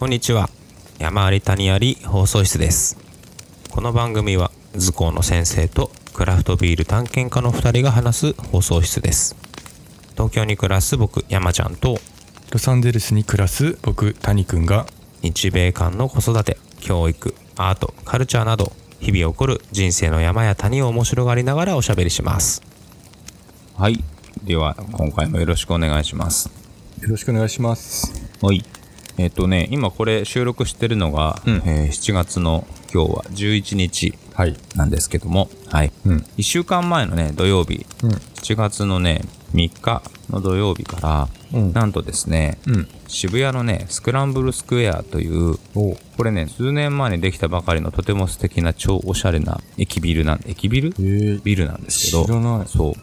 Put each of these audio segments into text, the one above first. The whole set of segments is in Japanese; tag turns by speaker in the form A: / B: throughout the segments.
A: こんにちは山あり谷あり放送室ですこの番組は図工の先生とクラフトビール探検家の2人が話す放送室です東京に暮らす僕山ちゃんと
B: ロサンゼルスに暮らす僕谷くんが
A: 日米間の子育て教育アートカルチャーなど日々起こる人生の山や谷を面白がりながらおしゃべりします
C: はい。では、今回もよろしくお願いします。
B: よろしくお願いします
C: はい。えっ、とね、今これ収録してるのが、
B: うん
C: えー7月の今日は11日
B: はい
C: なんですけども、はい。
B: うん
C: 1週間前のね、土曜日、
B: うん
C: 7月のね、3日の土曜日から、
B: うん
C: なんとですね、
B: うん
C: 渋谷のね、スクランブルスクエアという、
B: おう
C: これね、数年前にできたばかりのとても素敵な超おしゃれな駅ビルなん、駅ビル
B: えー、
C: ビルなんですけど、
B: 知らない
C: そう。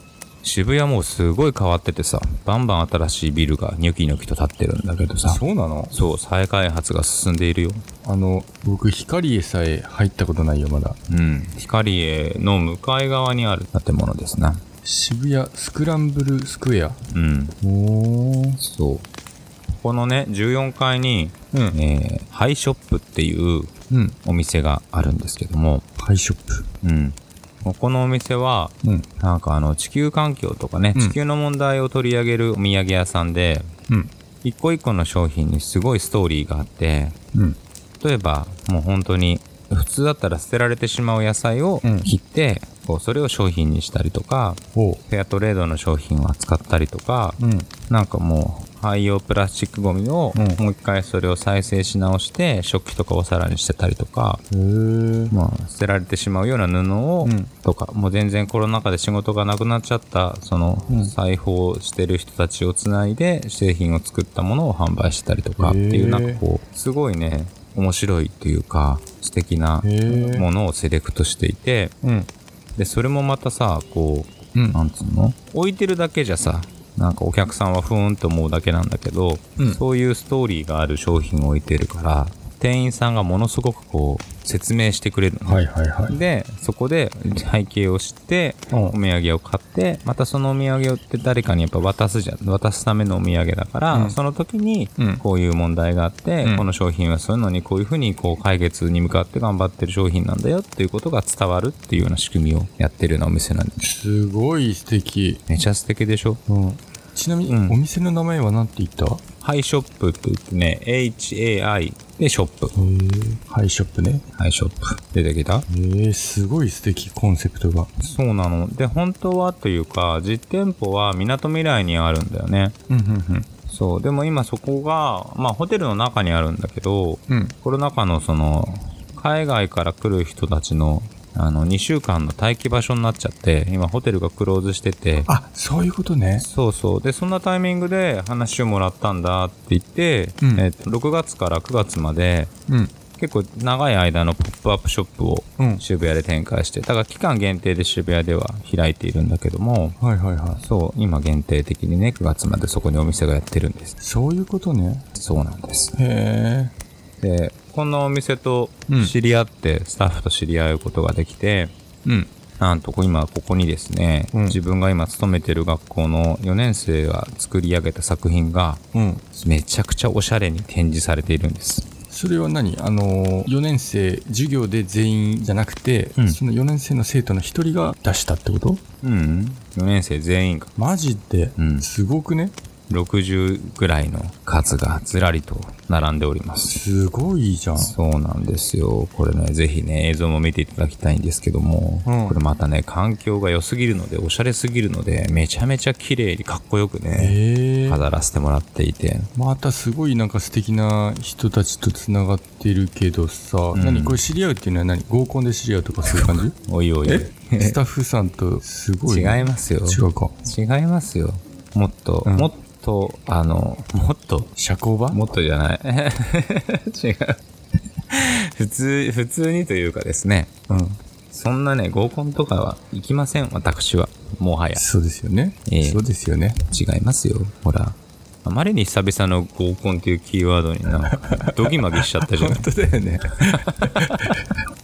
C: 渋谷もうすごい変わっててさ、バンバン新しいビルがニョキニョキと建ってるんだけどさ、
B: そうなの
C: そう、再開発が進んでいるよ。
B: あの僕光へさえ入ったことないよまだ
C: うん。光栄の向かい側にある建物ですな。
B: 渋谷スクランブルスクエア
C: うん。
B: おー
C: そう。ここのね、14階に、
B: うん
C: えー、ハイショップっていう
B: うん
C: お店があるんですけども、
B: ハイショップ
C: うん。ここのお店は、
B: うん
C: なんかあの、地球環境とかね、
B: うん
C: 地球の問題を取り上げるお土産屋さんで、
B: うん
C: 一個一個の商品にすごいストーリーがあって
B: うん
C: 例えばもう本当に普通だったら捨てられてしまう野菜を
B: うん
C: 切って、こうそれを商品にしたりとか
B: おう
C: フェアトレードの商品を扱ったりとか、
B: うん
C: なんかもう廃用プラスチックごみを
B: うん
C: もう一回それを再生し直して食器とかお皿にしてたりとか、
B: へー
C: まあ、捨てられてしまうような布を、
B: うん
C: とかもう全然コロナ禍で仕事がなくなっちゃったその
B: うん
C: 裁縫をしてる人たちをつないで製品を作ったものを販売してたりとかってい
B: へー
C: うなんかこうすごいね面白いというか素敵な
B: へー
C: ものをセレクトしていて
B: うん
C: でそれもまたさこう
B: うん
C: なんつうの置いてるだけじゃさなんかお客さんはふーんと思うだけなんだけど、
B: うん
C: そういうストーリーがある商品を置いてるから店員さんがものすごくこう説明してくれるのね
B: はいはいはい
C: でそこで背景を知って
B: うん
C: お土産を買ってまたそのお土産をって誰かにやっぱ渡すじゃん渡すためのお土産だから、
B: うん
C: その時に
B: うん
C: こういう問題があって、
B: うん
C: この商品はそういうのにこういうふうにこう解決に向かって頑張ってる商品なんだよっていうことが伝わるっていうような仕組みをやってるようなお店なんです
B: すごい素敵
C: めちゃ素敵でしょ
B: うんちなみに、
C: うん
B: お店の名前は何て言ったへ
C: ハイショップって言ってね HAI でショップ
B: ーハイショップね
C: ハイショップ出てきた
B: えー、すごい素敵コンセプトが
C: そうなので本当はというか実店舗はみなとみらいにあるんだよね
B: うんうん
C: そう。でも今そこが、まあホテルの中にあるんだけど、
B: うんうん
C: コロナ禍のその、海外から来る人たちの、あの、2週間の待機場所になっちゃって、今ホテルがクローズしてて、
B: あそういうことね
C: そうそう。で、そんなタイミングで話をもらったんだって言って、
B: うん
C: えっと6月から9月まで、
B: うん
C: 結構長い間のポップアップショップを
B: うん
C: 渋谷で展開して、だから期間限定で渋谷では開いているんだけども、
B: はいはいはい
C: そう、今限定的にね、9月までそこにお店がやってるんです。
B: そういうことね
C: そうなんです。
B: へえ
C: で、このお店と
B: うん
C: 知り合って、スタッフと知り合うことができて、
B: うん
C: なんと今ここにですね、
B: うん
C: 自分が今勤めてる学校の4年生が作り上げた作品が、
B: うん
C: めちゃくちゃおしゃれに展示されているんです。
B: それは何あのー、4年生授業で全員じゃなくて、
C: うん
B: その4年生の生徒の一人が出したってこと
C: うん。4年生全員が
B: マジで、
C: うん
B: すごくね
C: 60ぐらいの数がずらりと並んでおります。
B: すごいじゃん
C: そうなんですよ。これね、ぜひね、映像も見ていただきたいんですけども、
B: うん
C: これまたね、環境が良すぎるので、おしゃれすぎるので、めちゃめちゃ綺麗にかっこよくね、
B: へえ
C: 飾らせてもらっていて。
B: またすごいなんか素敵な人たちとつながってるけどさ、
C: ん
B: 何これ知り合うっていうのは何合コンで知り合うとかそういう感じ
C: おいおい。
B: スタッフさんとすごい
C: 違
B: ね、
C: いますよ。
B: 違うか
C: 違いますよ。もっと、
B: うん
C: もっと、あの、もっと、
B: 社交場
C: もっとじゃない。 違う。 普通、普通にというかですね。
B: うん
C: そんなね、合コンとかは行きません、私は。もはや。
B: そうですよね、
C: ええ
B: そうですよね
C: 違いますよ。ほら。あまりに久々の合コンっていうキーワードに な、ドギマギしちゃったじゃない
B: 本当だよね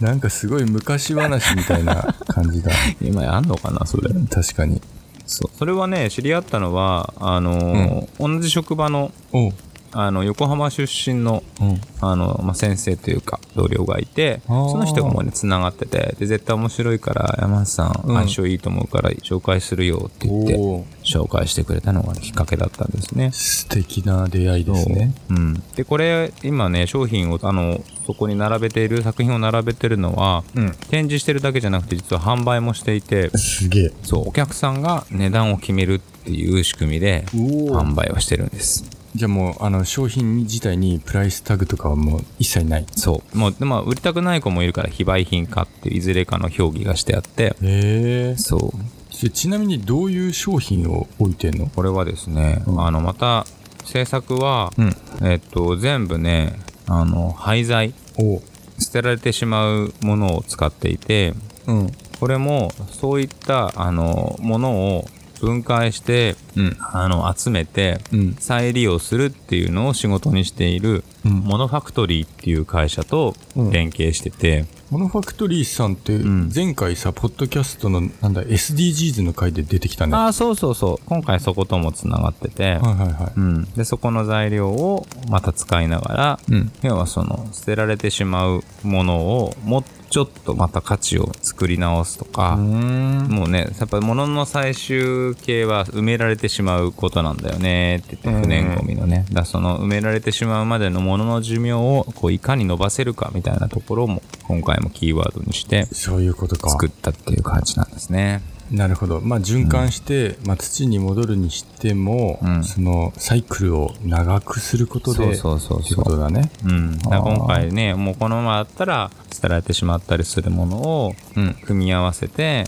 B: なんかすごい昔話みたいな感じだ
C: 今やんのかな、それ。
B: 確かに
C: そう。それはね、知り合ったのは、あのー同じ職場の
B: おう
C: あの、横浜出身の、
B: うん。
C: あの、まあ、先生というか、同僚がいて、
B: あー
C: その人がもうね、繋がってて、で、絶対面白いから、山内さん、
B: うん
C: 相性いいと思うから、紹介するよって言って
B: おー、
C: 紹介してくれたのがきっかけだったんですね。
B: 素敵な出会いですね。
C: うん。で、これ、今ね、商品を、あの、そこに並べている、作品を並べてるのは、
B: うん。
C: 展示してるだけじゃなくて、実は販売もしていて、
B: すげえ。
C: そう、お客さんが値段を決めるっていう仕組みで、
B: お
C: 販売をしてるんです。
B: じゃあもう、あの、商品自体にプライスタグとかはもう一切ない。
C: そう。もう、でまあ、売りたくない子もいるから、非売品かっていう、いずれかの表記がしてあって、
B: へえ。
C: そう。
B: ちちなみにどういう商品を置いてんの
C: これはですね、
B: うん
C: あの、また、制作は、
B: ん。
C: えっと、全部ね、あの、廃材、
B: お
C: 捨てられてしまうものを使っていて、
B: うん。
C: これも、そういった、あの、ものを分解して、
B: うん。
C: あの、集めて、
B: うん。
C: 再利用するっていうのを仕事にしている、
B: うん
C: モノファクトリーっていう会社と
B: うん
C: 連携してて、
B: モノファクトリーさんって
C: ん、
B: 前回さ、ポッドキャストの、なんだ、SDGs の回で出てきたね。は
C: ああ、そうそうそう。今回そことも繋がってて
B: い、はいは
C: うん。で、そこの材料をまた使いながら、
B: い。うん。
C: 要はその、捨てられてしまうものを、もうちょっとまた価値を作り直すと
B: う
C: か、
B: ん。
C: もうね、やっぱり物の最終形は埋められてしまうことなんだよねって言って、不燃ゴミのね。だからその埋められてしまうまでの物の寿命を、こう、いかに伸ばせるかみたいなところも、今回もキーワードにして、
B: そういうことか。
C: 作ったっていう感じなんですね。
B: なるほど。まあ、循環して、まあ、土に戻るにしても、
C: うん
B: その、サイクルを長くすることで、
C: そうそうそうそう
B: ってことだね。
C: うん、だから
B: あー
C: 今回ねもうこのままだったら捨てられてしまったりするものを
B: うん。
C: 組み合わせて、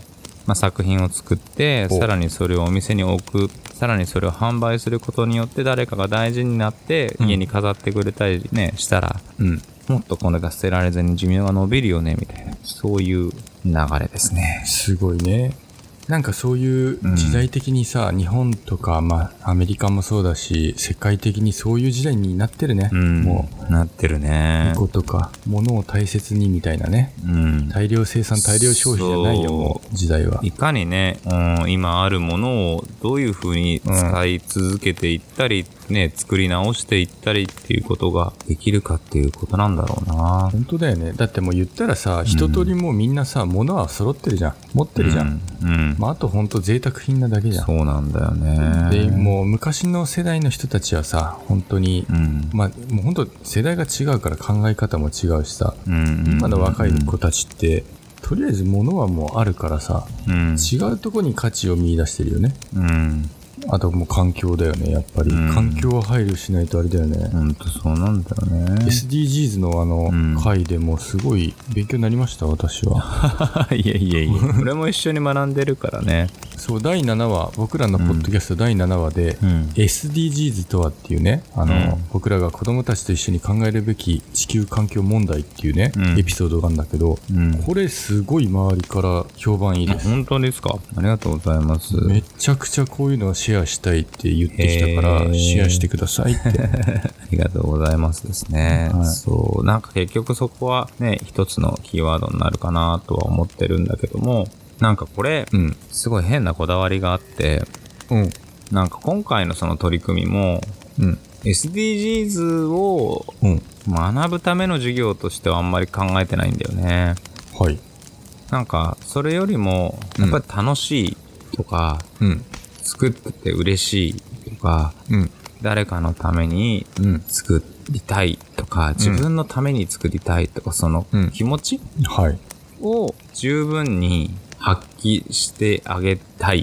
C: まあ、作品を作って
B: お
C: さらにそれをお店に置くさらにそれを販売することによって誰かが大事になって
B: うん
C: 家に飾ってくれたりね、したら
B: うん。
C: もっとこれが捨てられずに寿命が伸びるよねみたいなそういう流れですね。
B: すごいね。なんかそういう
C: うん
B: 時代的にさ、日本とか、まあ、アメリカもそうだし、世界的にそういう時代になってるね。
C: うん、
B: も
C: うなってる
B: う、
C: ね
B: エ。コとか、物を大切にみたいなね。
C: うん、
B: 大量生産、大量消費じゃないよ、
C: そう
B: もう、時代は。
C: いかにね、うん、今あるものをどういうふうに使い続けていったり、ね、作り直していったりっていうことができるかっていうことなんだろうな。
B: 本当だよね。だってもう言ったらさ、一通りもうみんなさ、物は揃ってるじゃん。持ってるじゃん。
C: うん。うん
B: まあ、あとほんと贅沢品なだけじゃん
C: そ。うなんだよね。
B: で、もう昔の世代の人たちはさ、本当に、
C: うん、
B: まあ、もう本当世代が違うから考え方も違うしさ、
C: うん、
B: 今の若い子たちって、とりあえず物はもうあるからさ、
C: うん、
B: 違うとこに価値を見出してるよね。
C: うん。
B: あともう環境だよね、やっぱり。
C: うん
B: 環境は配慮しないとあれだよね。
C: ほんとそうなんだよね。
B: SDGs のあ
C: うん
B: の、回でもすごい勉強になりました、私は。
C: いやいやいや、 俺も一緒に学んでるからね。
B: そう、第7話、僕らのポッドキャスト第7話で、
C: うん。
B: SDGs とはっていうね、あの、
C: うん
B: 僕らが子供たちと一緒に考えるべき地球環境問題っていうね、
C: うん
B: エピソードがあるんだけど、
C: うん。
B: これすごい周りから評判いいです。
C: 本当ですかありがとうございます。
B: めちゃくちゃこういうのをシェアしたいって言ってきたか
C: へー
B: ら、シェアしてくださ いって。
C: ありがとうございますですね。
B: はい
C: そう。なんか結局そこはね、一つのキーワードになるかなとは思ってるんだけども、なんかこれ、
B: うん。
C: すごい変なこだわりがあって、
B: うん。
C: なんか今回のその取り組みも、
B: うん。
C: SDGs を
B: うん。
C: 学ぶための授業としてはあんまり考えてないんだよね。
B: はい。
C: なんか、それよりも、やっぱり楽しいとか、
B: うん。
C: 作ってて嬉しいとか、
B: うん。
C: 誰かのために
B: うん。
C: 作りたいとか、自分のために作りたいとか、その
B: うん
C: 気持ち
B: はい。
C: を十分に発揮してあげたい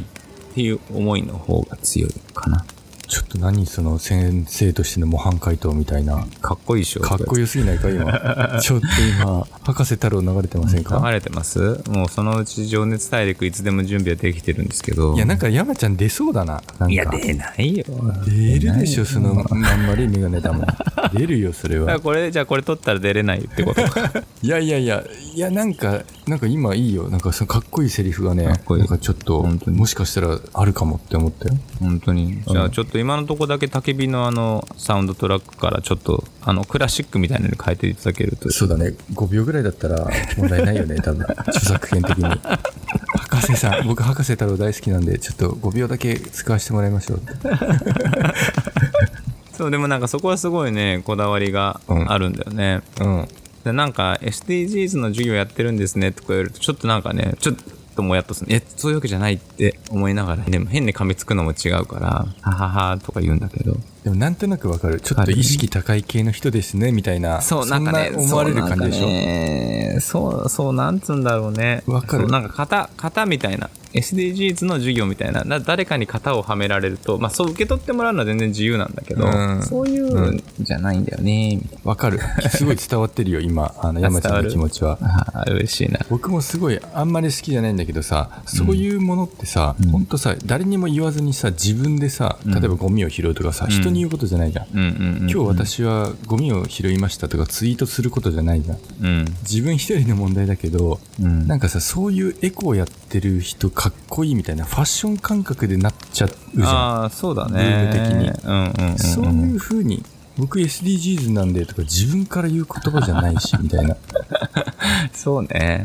C: っていう思いの方が強いかな。
B: ちょっと何その先生としての模範解答みたいな。
C: かっこいいでしょ
B: かっこよすぎない か今。ちょっと今、博士太郎流れてませんか
C: 流れてますもうそのうち情熱大陸いつでも準備はできてるんですけど。
B: いや、なんか山ちゃん出そうだな。なんか
C: いや出ないよ。
B: 出るでしょ、その、あんまりメガネ だもん。出るよ、それ
C: だから
B: は。
C: これ、じゃあこれ取ったら出れないってことか。
B: いやいやいや、いや、なんか、なんか今いいよ。なんかそのかっこいいセリフがね、
C: かっこいい
B: なんかちょっと、
C: 本当に
B: もしかしたらあるかもって思ったよ。
C: 本当に。じゃあちょっと今のとこだけ焚き火のあの、サウンドトラックからちょっと、あの、クラシックみたいなのに変えていただけると。
B: そうだね。5秒ぐらいだったら問題な いよね、多分。著作権的に。博士さん、僕博士太郎大好きなんで、ちょっと5秒だけ使わせてもらいましょうって。
C: そう、でもなんかそこはすごいね、こだわりが
B: うん
C: あるんだよね。
B: うん。
C: でなんか SDGs の授業やってるんですねとか言われると、ちょっとなんかね、ちょっともやっとする。え、そういうわけじゃないって思いながら、でも変に噛みつくのも違うから、はははとか言うんだけど。
B: でもなんとなくわかる。ちょっと意識高い系の人ですね、みたいな。
C: そう、なんかね、
B: そんな思われる感じでし
C: そうなんか
B: ょ。
C: ねそう、そう、なんつうんだろうね。
B: わかる
C: そうなんか型、型みたいな。SDGs の授業みたいな。な誰かに型をはめられると、まあそう受け取ってもらうのは全然自由なんだけど、
B: うん
C: そういうんじゃないんだよね、みたい
B: わ かる。すごい伝わってるよ、今。あの、山ちゃんの気持ちは。
C: な。ああ、嬉しいな。
B: 僕もすごいあんまり好きじゃないんだけどさそういうものってさ、
C: うん
B: ほんとさ誰にも言わずにさ自分でさ
C: うん
B: 例えばゴミを拾うとかさ、
C: ん
B: 人に言うことじゃないじゃん、
C: うんうん、うん。
B: 今日私はゴミを拾いましたとかツイートすることじゃないじゃん
C: うん。
B: 自分一人の問題だけど
C: うん。
B: なんかさそういうエコをやってる人かっこいいみたいなファッション感覚でなっちゃうじゃん
C: ああー、そうだね。
B: ルール的
C: に。うんうんうんうん。
B: そういう風に僕 SDGs なんでとか自分から言う言葉じゃないしみたいな
C: そうね。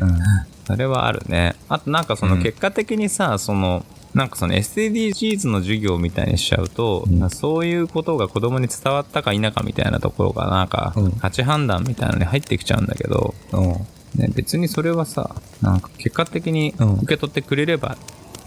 C: それはあるね。あとなんかその結果的にさ、その、なんかその SDGs の授業みたいにしちゃうと、
B: うん
C: そういうことが子供に伝わったか否かみたいなところが、なんか
B: うん、
C: 価値判断みたいなのに入ってきちゃうんだけど、
B: うん
C: ね、別にそれはさ、なんか結果的に
B: うん
C: 受け取ってくれれば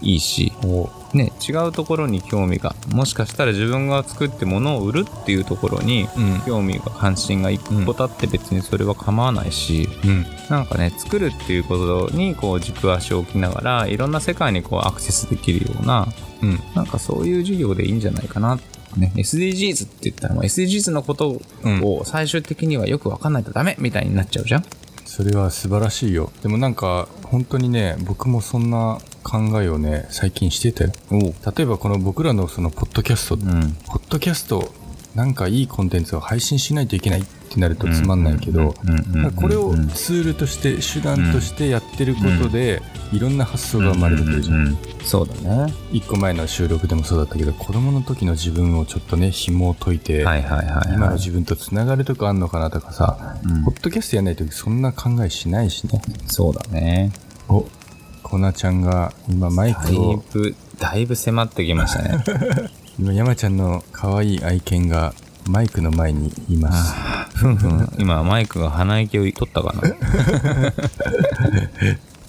C: いいし、
B: お
C: ね、違うところに興味が、もしかしたら自分が作って物を売るっていうところに、
B: うん
C: 興味が関心が一個たって別にそれは構わないし、
B: うん
C: なんかね作るっていうことにこう軸足を置きながらいろんな世界にこうアクセスできるような
B: うん
C: なんかそういう授業でいいんじゃないかなね、SDGs って言ったらもう SDGs のことを最終的にはよく分かんないとダメみたいになっちゃうじゃん、
B: それは素晴らしいよでもなんか本当にね僕もそんな考えをね最近してて例えばこの僕らのそのポッドキャスト、
C: うん
B: ポッドキャストなんかいいコンテンツを配信しないといけないってなるとつまんないけど、
C: うんうんうん
B: なんかこれをツールとして手段としてやってることで、いろんな発想が生まれてくるじゃん、
C: うんそうだね
B: 一個前の収録でもそうだったけど子供の時の自分をちょっとね紐を解いて、
C: はいはいはい、
B: 今の
C: はい、
B: 自分とつながるとかあんのかなとかさ、
C: うん
B: ポッドキャストやんない時そんな考えしないしね
C: そうだね
B: おコナちゃんが今マイ
C: だい
B: クを
C: ぶだいぶ迫ってきました ね
B: 今山ちゃんの可愛い愛犬がマイクの前にいます
C: ふんふん今マイクが鼻息を取ったかない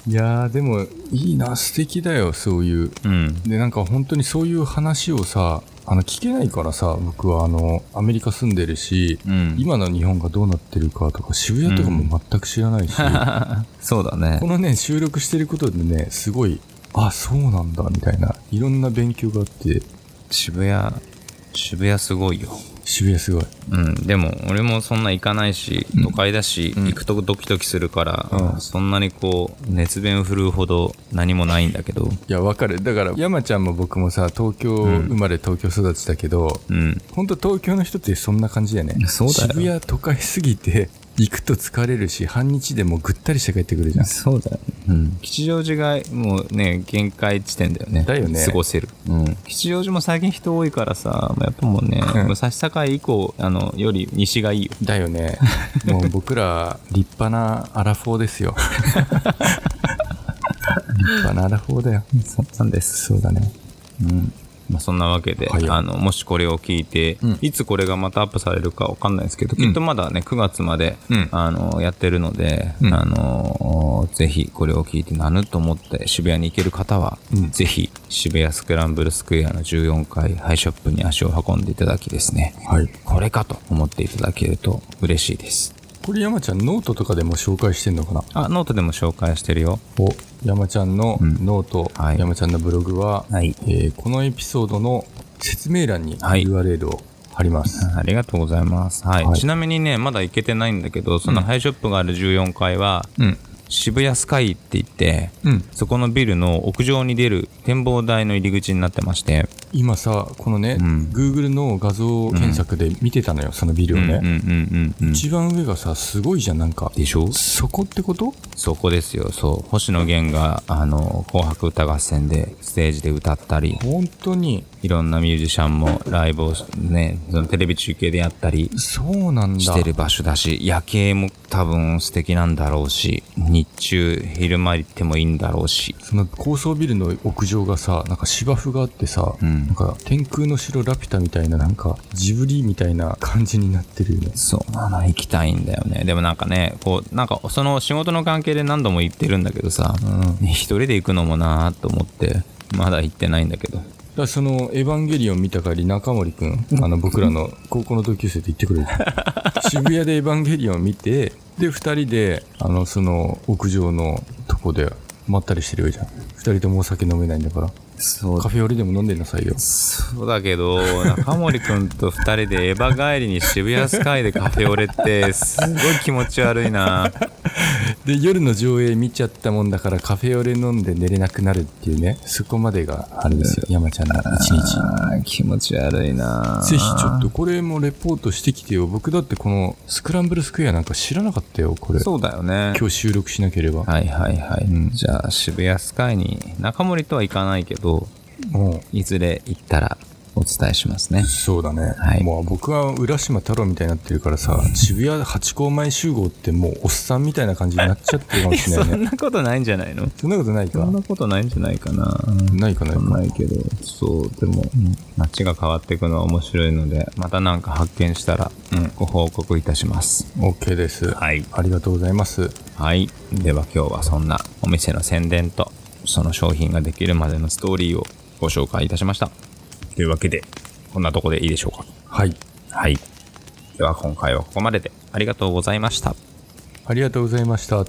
B: やーでもいいな素敵だよそういう
C: うん
B: でなんか本当にそういう話をさあの聞けないからさ僕はあのアメリカ住んでるし、
C: うん
B: 今の日本がどうなってるかとか渋谷とかも全く知らないし、
C: そうだね
B: こ。のね収録してることでねすごいあそうなんだみたいないろんな勉強があって
C: 渋谷、渋谷すごいよ。
B: 渋谷すごい
C: うん、でも俺もそんな行かないし、都会だし、行くとドキドキするから、
B: うん
C: そんなにこう、熱弁を振るうほど何もないんだけど、
B: いやわかるだから山ちゃんも僕もさ東京生まれ東京育ちだけど、
C: うん。
B: ほんと東京の人ってそんな感じだよね
C: そうだよ
B: 渋谷都会すぎて行くと疲れるし半日でもうぐったりして帰ってくるじゃん
C: そうだよ、うん。吉祥寺がもうね、限界地点だよね。
B: だよね
C: 過ごせる。うん。吉祥寺も最近人多いからさ、やっぱもうね、
B: うん
C: 武蔵境以降、あの、より西がいいよ。
B: だ よねもう僕ら立派なアラフォーで すよ立派なアラフォーだよ
C: そうなんです。
B: そうだね
C: うんまあ、そんなわけで、
B: はい
C: あのもしこれを聞いて、
B: うん
C: いつこれがまたアップされるかわかんないですけど、
B: うん
C: きっとまだね9月まで、
B: うん
C: あのやってるので、
B: うん
C: あのぜひこれを聞いてなぬと思って渋谷に行ける方は、
B: うん
C: ぜひ渋谷スクランブルスクエアの14階ハイショップに足を運んでいただきですね
B: はい
C: これかと思っていただけると嬉しいです
B: これ山ちゃんノートとかでも紹介してんのかな
C: あノートでも紹介してるよ
B: お山ちゃんのノート、
C: うんはい
B: 山ちゃんのブログは、
C: はい
B: えーこのエピソードの説明欄に
C: はい
B: URL を貼ります、
C: ありがとうございます、はい
B: はい
C: ちなみにねまだ行けてないんだけどそのハイショップがある14階は、
B: うん
C: 渋谷スカイって言って、
B: うん
C: そこのビルの屋上に出る展望台の入り口になってまして、
B: 今さこのね、
C: うん
B: Google の画像検索で見てたのよ、そのビルを
C: うん
B: ね、
C: うんうんうんうん
B: 一番上がさすごいじゃんなんか
C: でしょ
B: そこってこと
C: そこですよそう星野源が「あの紅白歌合戦」でステージで歌ったり
B: 本当に
C: いろんなミュージシャンもライブをね、そのテレビ中継でやったり
B: そうなんだ。
C: してる場所だし、夜景も多分素敵なんだろうし、日中昼間行ってもいいんだろうし。
B: その高層ビルの屋上がさ、なんか芝生があってさ、
C: うん
B: なんか天空の城ラピュタみたいな、なんかジブリみたいな感じになってるよね。
C: そうなの、行きたいんだよね。でもなんかね、こう、なんかその仕事の関係で何度も行ってるんだけどさ、
B: うん。
C: ね一人で行くのもなーと思って、まだ行ってないんだけど。
B: だからその、エヴァンゲリオン見たり中森くん、あの、僕らの 高校の同級生って言って くれる。渋谷でエヴァンゲリオン見て、で、二人で、あの、その、屋上のとこで、まったりしてるよじゃん。二人ともお酒飲めないんだから。
C: そ
B: カフェオレでも飲んでなさいよ。
C: そうだけど、中森くんと二人でエヴァ帰りに渋谷スカイでカフェオレって、すごい気持ち悪いな。
B: で、夜の上映見ちゃったもんだから、カフェオレ飲んで寝れなくなるっていうね。そこまでが、あれですよ。山ちゃんの一日。
C: 気持ち悪いな。
B: ぜひちょっとこれもレポートしてきてよ。僕だってこのスクランブルスクエアなんか知らなかったよ、これ。
C: そうだよね。
B: 今日収録しなければ。
C: はいはいはい。じゃあ渋谷スカイに、中森とは行かないけど、
B: もうん
C: いずれ行ったらお伝えしますね。
B: そうだね。
C: はい
B: もう僕は浦島太郎みたいになってるからさ、渋谷八甲前集合ってもうおっさんみたいな感じになっちゃってるかもしれ な
C: そ
B: いね。
C: んなことないんじゃないの
B: そんなことない
C: そ
B: か
C: ん。なことないんじゃないかな。
B: ないかないか。
C: ないけど、そう、でも、街が変わっていくのは面白いので、またなんか発見したら、ご報告いたします。
B: OK です。
C: はい。
B: ありがとうございます。
C: はい。では今日はそんなお店の宣伝と、その商品ができるまでのストーリーをご紹介いたしました。というわけで、こんなとこでいいでしょうか。
B: はい。
C: はい。では今回はここまででありがとうございました。
B: ありがとうございました。